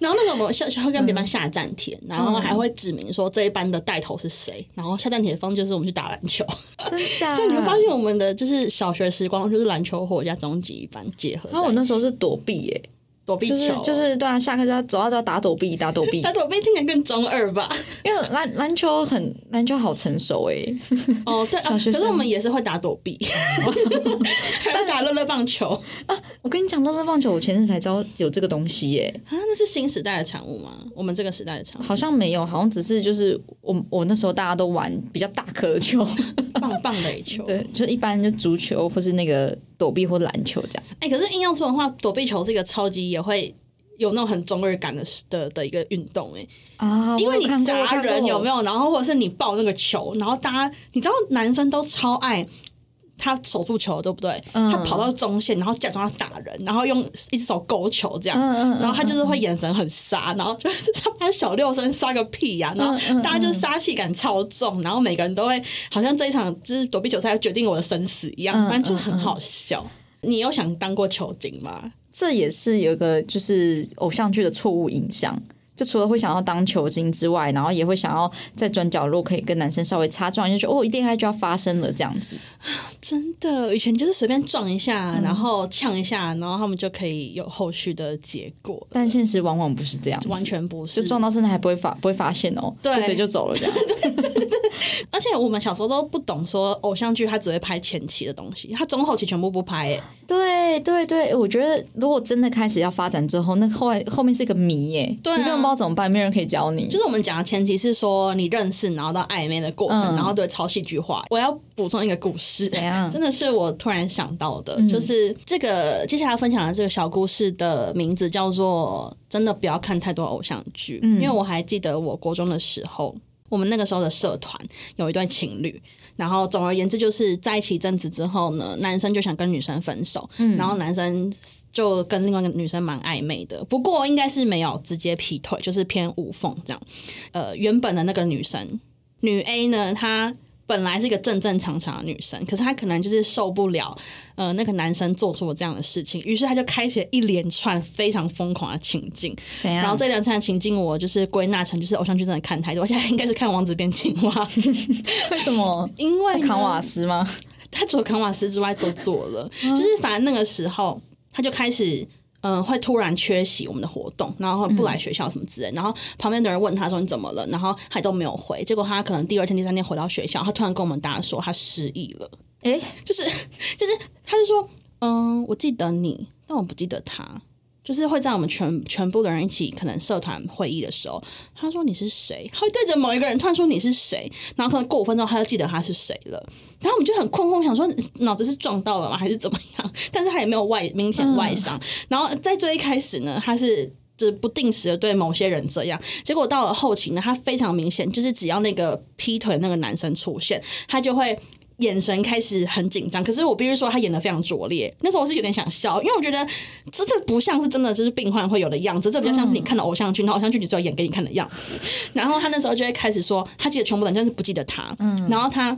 Speaker 1: 然后那时候我们下会跟别班下站帖，然后还会指明说这一班的带头是谁，然后下站帖的方式就是我们去打篮球。
Speaker 2: 真假？
Speaker 1: 所以你们发现我们的就是小学时光就是篮球火加终极一班结合在一起。
Speaker 2: 然后我那时候是躲避耶，
Speaker 1: 躲避球
Speaker 2: 就是就是对啊，下课就要走到就要打躲避，打躲 避
Speaker 1: 打，躲避听起来更中二 吧？
Speaker 2: 因为篮篮球很篮球好成熟哎，
Speaker 1: 哦，对、啊，
Speaker 2: 小
Speaker 1: 可
Speaker 2: 学生
Speaker 1: 是我们也是会打躲 避，还会打乐乐棒球 啊？
Speaker 2: 我跟你讲，乐乐棒球我前阵才知道有这个东西耶，
Speaker 1: 那是新时代的产物吗？我们这个时代的 产物，
Speaker 2: 好像没有，好像只是就是我我那时候大家都玩比较大颗 的球，
Speaker 1: 棒棒垒球。
Speaker 2: 对，就一般就足球或是那个躲避或篮球这样。
Speaker 1: 哎、可是硬要说的话，躲避球是一个超级也会。有那种很中二感的的的一个运动、哎，
Speaker 2: 啊，
Speaker 1: 因为你砸人有没
Speaker 2: 有？
Speaker 1: 有，然后或者是你抱那个球，然后大家你知道男生都超爱他守住球，对不对？
Speaker 2: 嗯
Speaker 1: 他跑到中线，然后假装要打人，然后用一只手勾球这样，
Speaker 2: 嗯嗯嗯
Speaker 1: 然后他就是会眼神很杀，然后就是 他把小六生杀个屁呀、然
Speaker 2: 嗯
Speaker 1: 后大家就是杀气感超重，然后每个人都会好像这一场就是躲避球赛决定我的生死一样，
Speaker 2: 嗯
Speaker 1: 反正就是很好笑。你有想当过球精吗？
Speaker 2: 这也是有一个就是偶像剧的错误影像。就除了会想要当球精之外，然后也会想要在转角落可以跟男生稍微擦撞一下，就觉得哦，恋爱就要发生了这样子。
Speaker 1: 真的，以前就是随便撞一下，
Speaker 2: 嗯
Speaker 1: 然后呛一下，然后他们就可以有后续的结果，
Speaker 2: 但现实往往不是这样子，
Speaker 1: 完全不是
Speaker 2: 就。撞到甚至还不会发不会发现哦，
Speaker 1: 对
Speaker 2: 就直接就走了这样。
Speaker 1: 而且我们小时候都不懂说偶像剧它只会拍前期的东西，它中后期全部不拍、欸。
Speaker 2: 嗯对对对，我觉得如果真的开始要发展之后，那后来后面是一个谜耶，
Speaker 1: 对啊
Speaker 2: 你根本不知道怎么办，没有人可以教你。
Speaker 1: 就是我们讲的前提是说你认识，然后到暧昧的过程，
Speaker 2: 嗯
Speaker 1: 然后对超戏剧化。我要补充一个故事，
Speaker 2: 怎样嗯
Speaker 1: 真的是我突然想到的，就是这个接下来分享的这个小故事的名字叫做“真的不要看太多偶像剧”，
Speaker 2: 嗯
Speaker 1: 因为我还记得我国中的时候。我们那个时候的社团有一对情侣，然后总而言之就是在一起一阵子之后呢，男生就想跟女生分手，
Speaker 2: 嗯
Speaker 1: 然后男生就跟另外一个女生蛮暧昧的，不过应该是没有直接劈腿，就是偏无缝这样。呃，原本的那个女生，女 A 呢，她本来是一个正正常常的女生，可是她可能就是受不了呃那个男生做出了这样的事情，于是她就开启了一连串非常疯狂的情境。
Speaker 2: 怎样？
Speaker 1: 然后这两串情境，我就是归纳成就是偶像剧真的看太多，我现在应该是看《王子变青蛙》，
Speaker 2: 为什么？
Speaker 1: 因为呢
Speaker 2: 扛瓦斯 吗？
Speaker 1: 他除了扛瓦斯之外都做了，就是反正那个时候他就开始。嗯，会突然缺席我们的活动，然后不来学校什么之类，然后旁边的人问他说你怎么了，然后还都没有回，结果他可能第二天、第三天回到学校，他突然跟我们大家说他失忆了，
Speaker 2: 哎，
Speaker 1: 就是就是他就说，嗯，我记得你，但我不记得他，就是会在我们全全部的人一起可能社团会议的时候，他说你是谁，他会对着某一个人突然说你是谁，然后可能过五分钟他就记得他是谁了，然后我们就很困惑，想说脑子是撞到了吗，还是怎么样？但是他也没有外明显外伤。然后在最一开始呢，他是。就是不定时的对某些人这样，结果到了后期呢，他非常明显，就是只要那个劈腿那个男生出现，他就会眼神开始很紧张。可是我必须说，他演的非常拙劣。那时候我是有点想笑，因为我觉得这这不像是真的，就是病患会有的样子，这比较像是你看的偶像剧，那偶像剧你只要演给你看的样子。然后他那时候就会开始说，他记得全部人，但是不记得他。然后他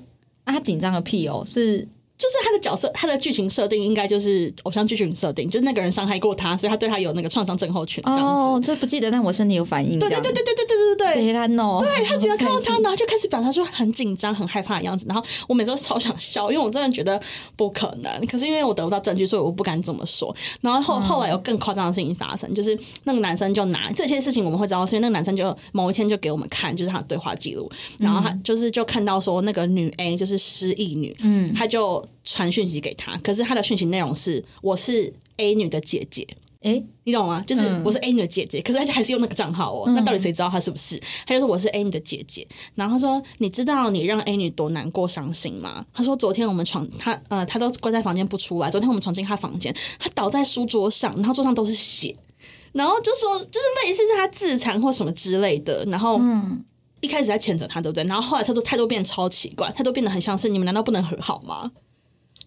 Speaker 2: 啊，他紧张个屁哦，是
Speaker 1: 就是他的角色，他的剧情设定应该就是偶像剧情设定，就是那个人伤害过他，所以他对他有那个创伤症候群这样子。
Speaker 2: 哦，这不记得，但我身体有反应，
Speaker 1: 对对对对对对对对对，
Speaker 2: 对，他 no，
Speaker 1: 对他只要看到他，然后就开始表达出很紧张、很害怕的样子。然后我每次都超想笑，因为我真的觉得不可能。可是因为我得不到证据，所以我不敢这么说。然后后后来有更夸张的事情发生，就是那个男生就拿这些事情我们会知道，是因为那个男生就某一天就给我们看，就是他的对话记录，然后他就是就看到说那个女 A 就是失忆女，嗯，他就传讯息给他，可是他的讯息内容是我是 A 女的姐姐，
Speaker 2: 哎，
Speaker 1: 你懂吗？就是我是 A 女的姐姐，可是他还是用那个账号哦、那到底谁知道他是不是？他就说我是 A 女的姐姐，然后他说你知道你让 A 女多难过伤心吗？他说昨天我们闯他呃他都关在房间不出来，昨天我们闯进他房间，他倒在书桌上，然后桌上都是血，然后就说就是类似是他自残或什么之类的，然后
Speaker 2: 嗯
Speaker 1: 一开始在谴责他，对不对？然后后来他都态度变得超奇怪，态度变得很像是你们难道不能和好吗？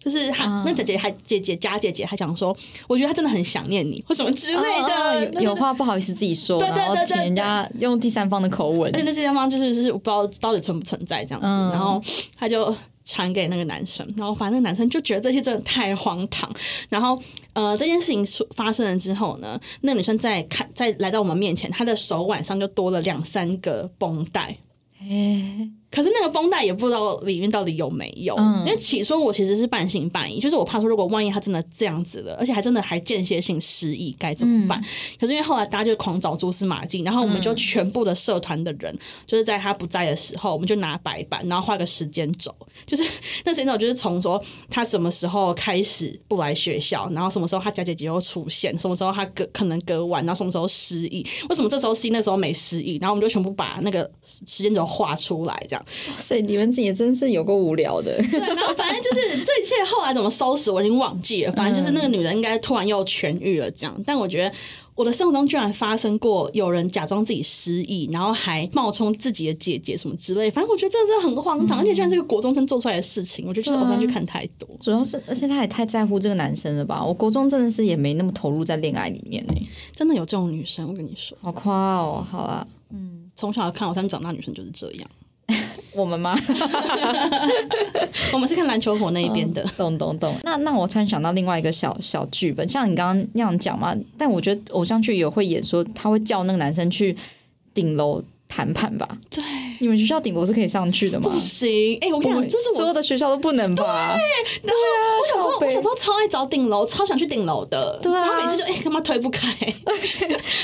Speaker 1: 就是他、
Speaker 2: 嗯
Speaker 1: 那姐姐还姐姐加姐姐还讲说，我觉得他真的很想念你或什么之类
Speaker 2: 哦
Speaker 1: 的，
Speaker 2: 有有话不好意思自己说，
Speaker 1: 对对对
Speaker 2: 然后请
Speaker 1: 对
Speaker 2: 人家用第三方的口吻
Speaker 1: 而且，那些地方就是就是我不知道到底存不存在这样子，
Speaker 2: 嗯
Speaker 1: 然后他就传给那个男生，然后反正那个男生就觉得这些真的太荒唐，然后呃这件事情出发生了之后呢，那女生在看在来到我们面前，她的手腕上就多了两三个绷带，
Speaker 2: 哎，
Speaker 1: 可是那个绷带也不知道里面到底有没有，
Speaker 2: 嗯
Speaker 1: 因为起初我其实是半信半疑，就是我怕说如果万一他真的这样子了，而且还真的还间歇性失忆该怎么
Speaker 2: 嗯
Speaker 1: 办？可是因为后来大家就狂找蛛丝马迹，然后我们就全部的社团的人，就是在他不在的时候，我们就拿白板，然后画个时间轴，就是 那时间轴就是从说他什么时候开始不来学校，然后什么时候他假姐姐又出现，什么时候他隔可能隔晚，然后什么时候失忆，为什么这时候 C 那时候没失忆，然后我们就全部把那个时间轴画出来，这样。
Speaker 2: 哇塞，你们自己也真是有够无聊的，
Speaker 1: 对，然后反正就是这一切后来怎么收拾，我已经忘记了。反正就是那个女人应该突然又痊愈了这样。但我觉得我的生活中居然发生过有人假装自己失忆，然后还冒充自己的姐姐什么之类。反正我觉得这真的很荒
Speaker 2: 嗯
Speaker 1: 唐，而且居然是个国中生做出来的事情，我觉得就是偶像剧
Speaker 2: 啊
Speaker 1: 看太多。
Speaker 2: 主要是而且他也太在乎这个男生了吧？我国中真的是也没那么投入在恋爱里面呢，
Speaker 1: 真的有这种女生，我跟你说，
Speaker 2: 好夸哦，好啦，
Speaker 1: 从小看偶像剧长大，女生就是这样。
Speaker 2: 我们吗？
Speaker 1: 我们是看篮球火那一边的。
Speaker 2: 懂懂懂。那那我突然想到另外一个小小剧本，像你刚刚那样讲嘛，但我觉得偶像剧也会演说，他会叫那个男生去顶楼谈判吧？
Speaker 1: 对，
Speaker 2: 你们学校顶楼是可以上去的吗
Speaker 1: 不？行，哎、我跟你
Speaker 2: 我
Speaker 1: 讲，这是
Speaker 2: 所
Speaker 1: 我啊
Speaker 2: 有的学校都不能吧？
Speaker 1: 我小时候，
Speaker 2: 靠背
Speaker 1: 我小时候超爱找顶楼，超想去顶楼的。
Speaker 2: 对啊
Speaker 1: 然后每次就哎，干、嘛推不开？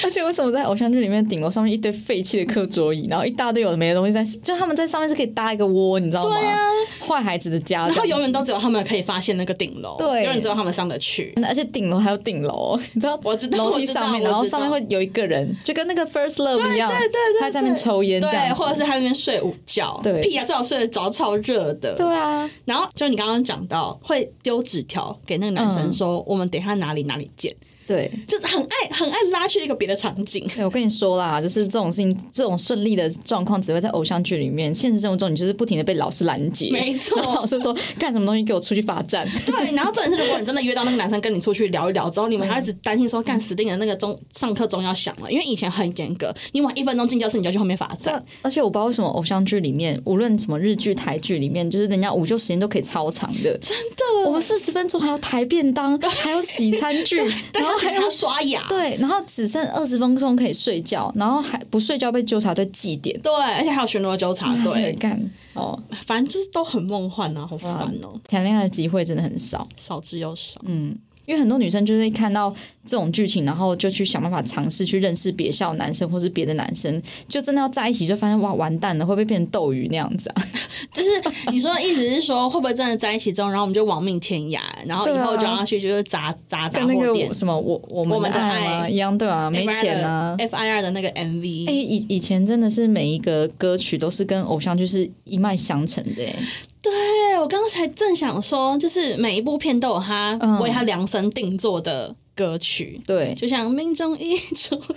Speaker 2: 而且为什么在偶像剧里面顶楼上面一堆废弃的课桌椅，然后一大堆有的没的东西在，就他们在上面是可以搭一个窝，你知道吗？
Speaker 1: 对啊
Speaker 2: 坏孩子的家，
Speaker 1: 然后
Speaker 2: 这样
Speaker 1: 永远都只有他们可以发现那个顶楼，
Speaker 2: 对
Speaker 1: 永远只有他们上得去。
Speaker 2: 而且顶楼还有顶楼，你知道？
Speaker 1: 我知道
Speaker 2: 楼梯
Speaker 1: 我知道
Speaker 2: 上面，
Speaker 1: 我知道
Speaker 2: 然后上面会有一个人，就跟那个 First Love 一样，
Speaker 1: 对对对
Speaker 2: 他在那边抽烟这
Speaker 1: 对，
Speaker 2: 样子，
Speaker 1: 或者是他在那边睡午觉，
Speaker 2: 对
Speaker 1: 屁呀、最好睡得着，超热的。
Speaker 2: 对啊，
Speaker 1: 然后就你刚刚讲到会丢纸条给那个男生说，
Speaker 2: 嗯
Speaker 1: 我们等一下哪里哪里见，
Speaker 2: 对。哎
Speaker 1: 就是很爱很爱拉去一个别的场 景。
Speaker 2: 对我跟你说啦，就是这种事情，这种顺利的状况只会在偶像剧里面，现实生活中你就是不停的被老师拦截，
Speaker 1: 没错
Speaker 2: 然后老师说干什么东西给我出去罚站，
Speaker 1: 对，然后重点是，如果你真的约到那个男生跟你出去聊一聊之后，你们还一直担心说，干死定了，那个钟上课钟要响了，因为以前很严格，你晚一分钟进教室，你就要去后面罚站。
Speaker 2: 而且我不知道为什么偶像剧里面，无论什么日剧、台剧里面，就是人家午休时间都可以超长的，真 的。我们四十分钟还要抬便 当，还要洗餐具，然后还
Speaker 1: 还
Speaker 2: 要
Speaker 1: 要刷牙，
Speaker 2: 对，然后只剩二十分钟可以睡觉，然后还不睡觉被纠察队记点。
Speaker 1: 对，而且还有巡逻纠察
Speaker 2: 啊对，
Speaker 1: 队，
Speaker 2: 干哦，
Speaker 1: 反正就是都很梦幻啊，好烦哦、
Speaker 2: 谈恋爱的机会真的很少。
Speaker 1: 少之又少。
Speaker 2: 嗯，因为很多女生就会看到这种剧情，然后就去想办法尝试去认识别校男生或是别的男生，就真的要在一起就发现哇完蛋了，会不会变成斗鱼那样子啊？
Speaker 1: 就是你说意思是说，会不会真的在一起之后，然后我们就亡命天涯，然后以后就要去就是砸砸杂
Speaker 2: 跟那
Speaker 1: 货
Speaker 2: 个
Speaker 1: 店。
Speaker 2: 什么我我们
Speaker 1: 我们的
Speaker 2: 爱啊
Speaker 1: 爱
Speaker 2: 一样，对啊，没钱啊。
Speaker 1: F I R 的那个 M
Speaker 2: 哎、
Speaker 1: V，
Speaker 2: 以以前真的是每一个歌曲都是跟偶像剧是一脉相承的、哎
Speaker 1: 对我刚才正想说，就是每一部片都有他
Speaker 2: 嗯
Speaker 1: 为他量身定做的歌曲，
Speaker 2: 对，
Speaker 1: 就像《命中已注定》，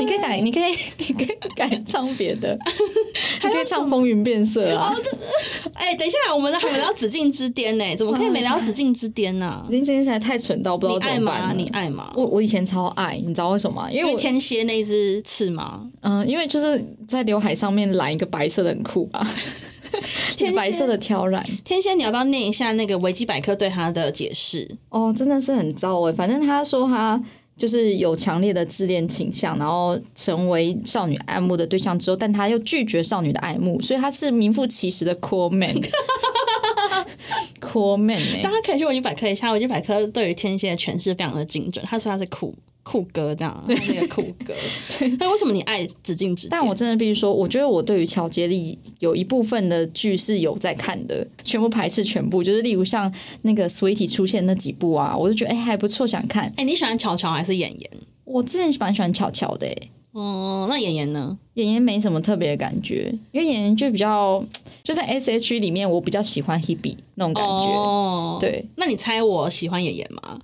Speaker 2: 你可以改，你可以，你可以改唱别 的，你可以唱《风云变色》
Speaker 1: 哦
Speaker 2: 啊。
Speaker 1: 哎，等一下，我们还没聊到紫禁之巅呢、怎么可以没聊到紫禁之巅呢、
Speaker 2: 紫禁之巅实在太蠢到不知
Speaker 1: 你
Speaker 2: 道怎
Speaker 1: 爱
Speaker 2: 么
Speaker 1: 吗？
Speaker 2: 办。
Speaker 1: 你爱吗？
Speaker 2: 我我以前超爱，你知道为什么吗？因
Speaker 1: 因
Speaker 2: 为
Speaker 1: 为
Speaker 2: 我
Speaker 1: 天蝎那只刺吗？
Speaker 2: 嗯、因为就是在刘海上面染一个白色的很酷 吧，
Speaker 1: 天蝎
Speaker 2: 白色的挑染
Speaker 1: 天蝎，你要不要念一下那个维基百科对它的解释？
Speaker 2: 哦，真的是很糟哎、反正他说他。就是有强烈的自恋倾向，然后成为少女爱慕的对象之后，但他又拒绝少女的爱慕，所以他是名副其实的 cool man，cool man 哎、
Speaker 1: 大家可以去维基百科一下，维基百科对于天蝎的诠释非常的精准。他说他是酷酷哥这样，他是一个酷哥。那为什么你爱紫禁之？
Speaker 2: 但我真的必须说，我觉得我对于乔杰利有一部分的剧是有在看的，全部排斥全部，就是例如像那个 Sweetie 出现那几部啊，我就觉得哎、还不错，想看。
Speaker 1: 哎、你喜欢乔乔还是演员？
Speaker 2: 我之前蛮喜欢乔乔的、欸，
Speaker 1: 嗯，那演员呢？
Speaker 2: 演员没什么特别的感觉，因为演员就比较就在 S H E 里面，我比较喜欢 Hebe 那种感觉。
Speaker 1: 哦，
Speaker 2: 对
Speaker 1: 那你猜我喜欢演员吗？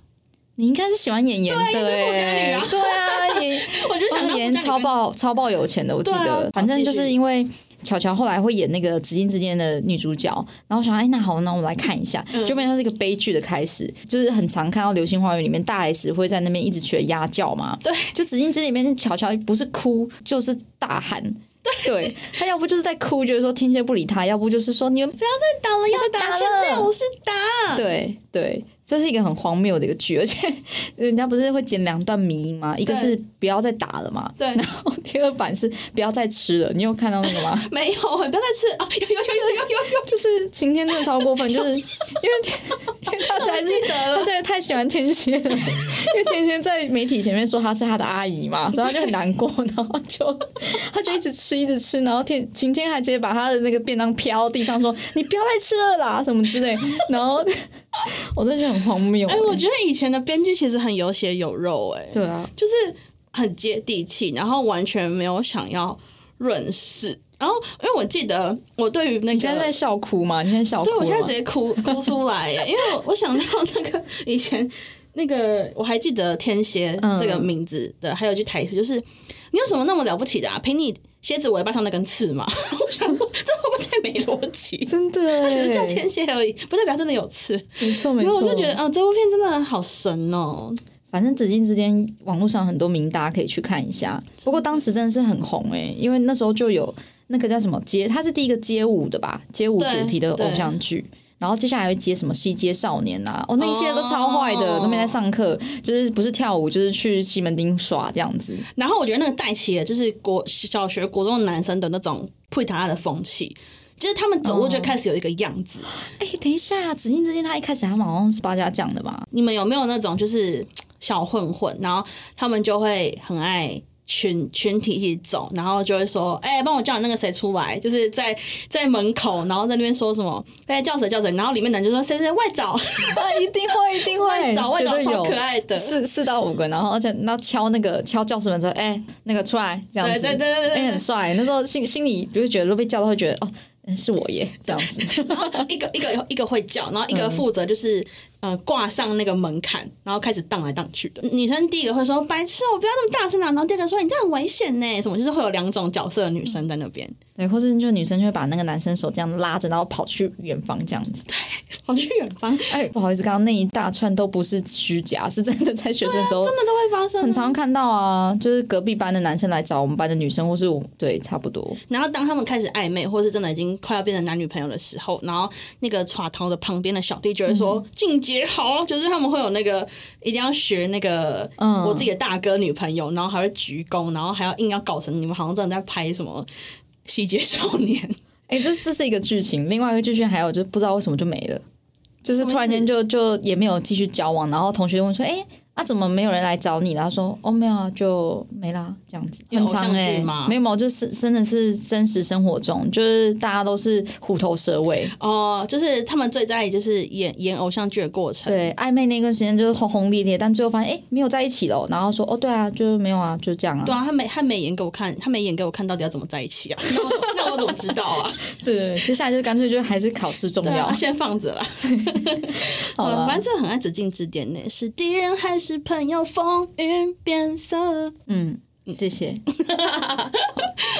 Speaker 2: 你应该是喜欢演员的、欸，
Speaker 1: 因为是
Speaker 2: 对啊，演
Speaker 1: 我就想
Speaker 2: 当
Speaker 1: 到
Speaker 2: 年超爆超爆有钱的，我记
Speaker 1: 对
Speaker 2: 得
Speaker 1: 啊，
Speaker 2: 反正
Speaker 1: 好
Speaker 2: 就
Speaker 1: 继续
Speaker 2: 是因为巧巧后来会演那个《紫禁之巅》的女主角，然后我想，哎，那好，那我来看一下，
Speaker 1: 嗯
Speaker 2: 就变成是一个悲剧的开始，就是很常看到《流星花园》里面大 S 会在那边一直学鸭叫嘛，
Speaker 1: 对，
Speaker 2: 就《紫禁之巅》里面巧巧不是哭就是大喊。对他要不就是在哭，就是说天蝎不理他；要不就是说你们不要
Speaker 1: 打了要
Speaker 2: 打
Speaker 1: 打
Speaker 2: 了
Speaker 1: 去练武是打。
Speaker 2: 对对，这是一个很荒谬的一个剧，而且 人家不是会剪两段迷音吗？一个
Speaker 1: 对
Speaker 2: 是不要再打了嘛，
Speaker 1: 对
Speaker 2: 然后第二版是不要再吃了，你有看到那 个吗？
Speaker 1: 没有，不要再吃啊！有有有有有有有，
Speaker 2: 就是晴天真的超过分，就是因为天因为大家还 是
Speaker 1: 记得了
Speaker 2: 他真的太喜欢天蝎了，因为天蝎在媒体前面说她是他的阿姨嘛，所以他就很难过，然后就他就一直吃一直吃，然后天晴天还直接把他的那个便当飘地上说你不要再吃了啦什么之类，然后我真的觉得很荒谬、欸
Speaker 1: 哎、我觉得以前的编剧其实很有血有肉、哎，
Speaker 2: 对啊，
Speaker 1: 就是很接地气，然后完全没有想要润饰。然后，因为我记得我对于那
Speaker 2: 你现在在
Speaker 1: 个，
Speaker 2: 笑哭吗？你现在
Speaker 1: 啊
Speaker 2: 笑哭
Speaker 1: 对
Speaker 2: 了
Speaker 1: 我
Speaker 2: 吗？
Speaker 1: 现在直接哭哭出来 耶，因为我我想到那个以前那个，我还记得天蝎
Speaker 2: 嗯
Speaker 1: 这个名字的，还有一句台词就是：“你有什么那么了不起的啊？凭你蝎子尾巴上那根刺嘛？” 我想说，这会不会太没逻辑？
Speaker 2: 真 的耶，
Speaker 1: 只是叫天蝎而已，不代表真的有刺。
Speaker 2: 没错没
Speaker 1: 然
Speaker 2: 错，
Speaker 1: 后我就觉得，嗯、这部片真的好神哦。
Speaker 2: 反正紫禁之巅网络上很多名，大家可以去看一下。不过当时真的是很红诶、因为那时候就有那个叫什么街，它是第一个街舞的吧，街舞主题的偶像剧。然后接下来会接什么西街少年啊，哦，那一些都超坏的，
Speaker 1: 哦
Speaker 2: 都没在上课，就是不是跳舞就是去西门町耍这样子。
Speaker 1: 然后我觉得那个带起了就是国小学、国中的男生的那种配搭的风气，就是他们走路就开始有一个样子。
Speaker 2: 哎，等一下，紫禁之巅他一开始他们好像是八家将的吧？
Speaker 1: 你们有没有那种就是嘖小混混，然后他们就会很爱。群群体一起走，然后就会说：“哎、帮我叫你那个谁出来。”就是在在门口，然后在那边说什么：“哎、叫谁叫谁。”然后里面男就说：“谁谁外找，
Speaker 2: 啊，一定会，一定
Speaker 1: 外找，外
Speaker 2: 绝
Speaker 1: 找，
Speaker 2: 对
Speaker 1: 超
Speaker 2: 有
Speaker 1: 可。爱的。
Speaker 2: 四四到五个，然后而且然后敲那个敲教室门说，哎、那个出来这样子，
Speaker 1: 对对对对对对
Speaker 2: 哎、很帅。那时候心心里就会觉得，如果被叫到，会觉得哦，是我耶这样子。
Speaker 1: 然后一个一个一个会叫，然后一个负责就是、呃挂上那个门槛，然后开始荡来荡去的。女生第一个会说“白痴，我不要那么大声啊”，然后第二个说“你这样很危险呢”，什么就是会有两种角色的女生在那边
Speaker 2: 对，或是就女生就会把那个男生手这样拉着，然后跑去远方这样子。
Speaker 1: 跑去远方，真
Speaker 2: 哎，不好意思，刚刚那一大串都不是虚假，是真的在学生时候。
Speaker 1: 的都会发生
Speaker 2: 很
Speaker 1: 啊。
Speaker 2: 常看到啊，就是隔壁班的男生来找我们班的女生，或是我对差不多，
Speaker 1: 然后当他们开始暧昧，或是真的已经快要变成男女朋友的时候，然后那个耍头的旁边的小弟就会说“静姐好”，就是他们会有那个一定要学那个
Speaker 2: 嗯
Speaker 1: 我自己的大哥女朋友，然后还会鞠躬，然后还要硬要搞成你们好像真的在拍什么《西街少年》。
Speaker 2: 哎、这这是一个剧情，另外一个剧情还有就是不知道为什么就没了，就是突然间就就也没有继续交往，然后同学就问说，哎、啊怎么没有人来找你？然后说，哦没有啊，就没啦，这样子。
Speaker 1: 有
Speaker 2: 很
Speaker 1: 偶
Speaker 2: 长
Speaker 1: 像剧
Speaker 2: 哎、
Speaker 1: 吗
Speaker 2: 没有没有，就是真的是真实生活中，就是大家都是虎头 蛇尾。
Speaker 1: 哦，就是他们最在意就是演演偶像剧的过程。
Speaker 2: 对，暧昧那段时间就是轰轰烈烈，但最后发现哎、没有在一起了，然后说哦对啊，就是没有啊，就这样啊。
Speaker 1: 对啊，他没他没演给我看，他没演给我看到底要怎么在一起啊？ 那我那我怎么知道啊？
Speaker 2: 对对对，接下来就干脆就还是考试重
Speaker 1: 对
Speaker 2: 要
Speaker 1: 啊，。先放着啦。
Speaker 2: 好
Speaker 1: 了，
Speaker 2: 了
Speaker 1: 反，正真的很爱紫禁之巅呢，是敌人还是朋友？风云变色，
Speaker 2: 嗯，谢谢。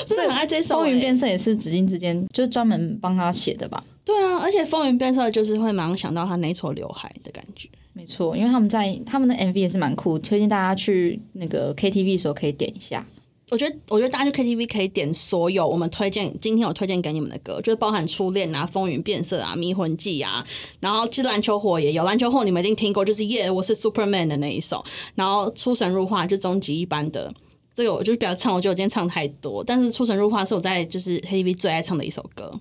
Speaker 1: 真的很爱这首、欸。
Speaker 2: 风云变色也是紫禁之间，就是专门帮他写的吧？
Speaker 1: 对啊，而且风云变色就是会马上想到他那一撮刘海的感觉。
Speaker 2: 没错，因为他们在他们的 MV 也是蛮酷，推荐大家去那个 KTV 的时候可以点一下。
Speaker 1: 我觉得，我觉得大家去 KTV 可以点所有我们推荐，今天有推荐给你们的歌，就是包含《初恋》啊、《风云变色》啊、《迷魂记》啊，然后其实《篮球火》也有，《篮球火》你们一定听过，就是《耶，我是 Superman》的那一首，然后《出神入化》就是终极一班的。这个我就不要唱，我觉得我今天唱太多。但是《出神入化》是我在就是 KTV 最爱唱的一首歌，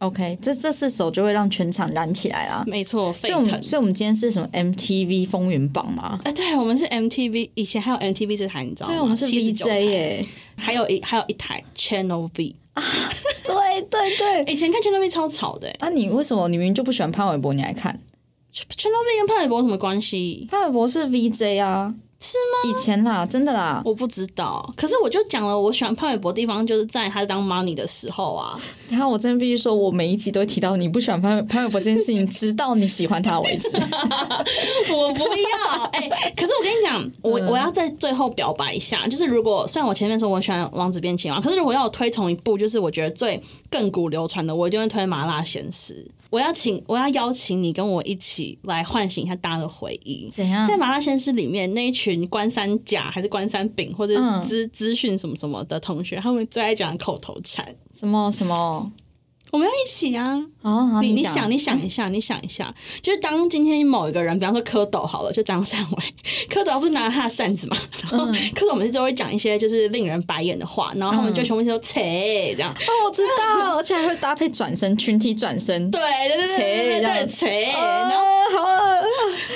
Speaker 2: OK，这这四首就会让全场燃起来啦。
Speaker 1: 没错，嗯沸
Speaker 2: 所以我
Speaker 1: 腾
Speaker 2: 们，。所以我们今天是什么 MTV 风云榜嘛？
Speaker 1: 哎，对，我们是 MTV，以前还有 MTV 这台，你知道吗？
Speaker 2: 对，我们是
Speaker 1: 79
Speaker 2: VJ
Speaker 1: 台
Speaker 2: 耶、
Speaker 1: 还有一还有一台 Channel V，
Speaker 2: 对对对。
Speaker 1: 以前看 Channel V 超吵的、欸、
Speaker 2: 啊，你为什么你明明就不喜欢潘玮柏，你还看？
Speaker 1: ，Channel V 跟潘玮柏有什么关系？
Speaker 2: 潘玮柏是 VJ 啊，
Speaker 1: 是吗？
Speaker 2: 以前啦，真的啦，
Speaker 1: 我不知道，可是我就讲了，我喜欢潘玮柏的地方就是在他当 money 的时候啊，
Speaker 2: 然后我真的必须说，我每一集都会提到你不喜欢潘潘玮柏这件事情，直到你喜欢他为 止。
Speaker 1: 我不要哎、可是我跟你讲，我我要在最后表白一下，就是如果虽然我前面说我喜欢王子变青蛙，可是如果要我推崇一部，就是我觉得最亘古流传的，我一定会推麻辣鲜师。我要请，我要邀请你跟我一起来唤醒一下大家的回忆。
Speaker 2: 怎样
Speaker 1: 在麻辣鲜师里面，那一群关三甲还是关三丙或者
Speaker 2: 嗯
Speaker 1: 资资讯什么什么的同学，他们最爱讲口头禅。
Speaker 2: 什么什么？
Speaker 1: 我们要一起啊！
Speaker 2: 啊，好
Speaker 1: 你你
Speaker 2: 讲
Speaker 1: 想，你想一下，你想一下，就是当今天某一个人，比方说蝌蚪好了，就张善伟，蝌蚪不是拿了他的扇子嘛，然后
Speaker 2: 嗯
Speaker 1: 蝌蚪每次都会讲一些就是令人白眼的话，然后他们
Speaker 2: 嗯
Speaker 1: 就全部都切这样，
Speaker 2: 哦，我知道， 而且还会搭配转身，群体转身。
Speaker 1: 对对对对对
Speaker 2: 切
Speaker 1: 对
Speaker 2: 这样
Speaker 1: 切，
Speaker 2: 啊
Speaker 1: 然后
Speaker 2: 好恶，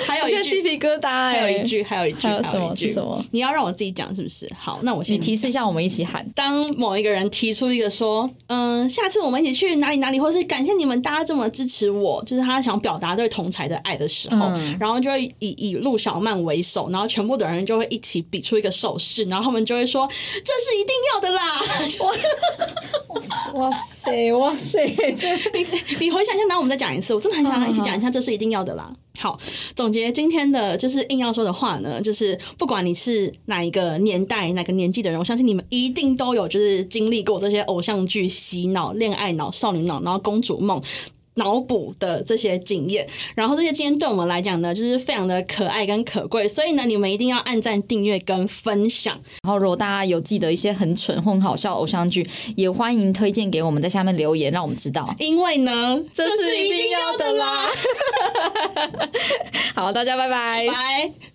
Speaker 1: 还有
Speaker 2: 我觉得
Speaker 1: 一
Speaker 2: 鸡
Speaker 1: 句，
Speaker 2: 皮疙瘩
Speaker 1: 还有
Speaker 2: 哎
Speaker 1: 一。句，还有一句，
Speaker 2: 还有什么
Speaker 1: 一
Speaker 2: 是
Speaker 1: 句
Speaker 2: 什么？
Speaker 1: 你要让我自己讲是不是？好，那我先
Speaker 2: 你提示一下，我们一起喊。
Speaker 1: 当某一个人提出一个说，嗯，下次我们一起去哪里哪里，或是感谢你们大家这么支持我，就是他想表达对同才的爱的时候，
Speaker 2: 嗯
Speaker 1: 然后就会以以陆小曼为首，然后全部的人就会一起比出一个手势，然后他们就会说这是一定要的啦。
Speaker 2: 哇塞，哇塞，这
Speaker 1: 你回想一下，然后我们再讲一次，我真的很想
Speaker 2: 好好
Speaker 1: 一起讲一下，这是一定要的啦。好，总结今天的就是硬要说的话呢，就是不管你是哪一个年代、哪个年纪的人，我相信你们一定都有就是经历过这些偶像剧洗脑、恋爱脑、少女脑，然后公主梦。脑补的这些经验，然后这些经验对我们来讲呢，就是非常的可爱跟可贵，所以呢，你们一定要按赞、订阅跟分享。
Speaker 2: 然后，如果大家有记得一些很蠢或很好笑的偶像剧，也欢迎推荐给我们，在下面留言，让我们知道。
Speaker 1: 因为呢，
Speaker 2: 这是一定要的啦。好，大家拜拜。
Speaker 1: 拜。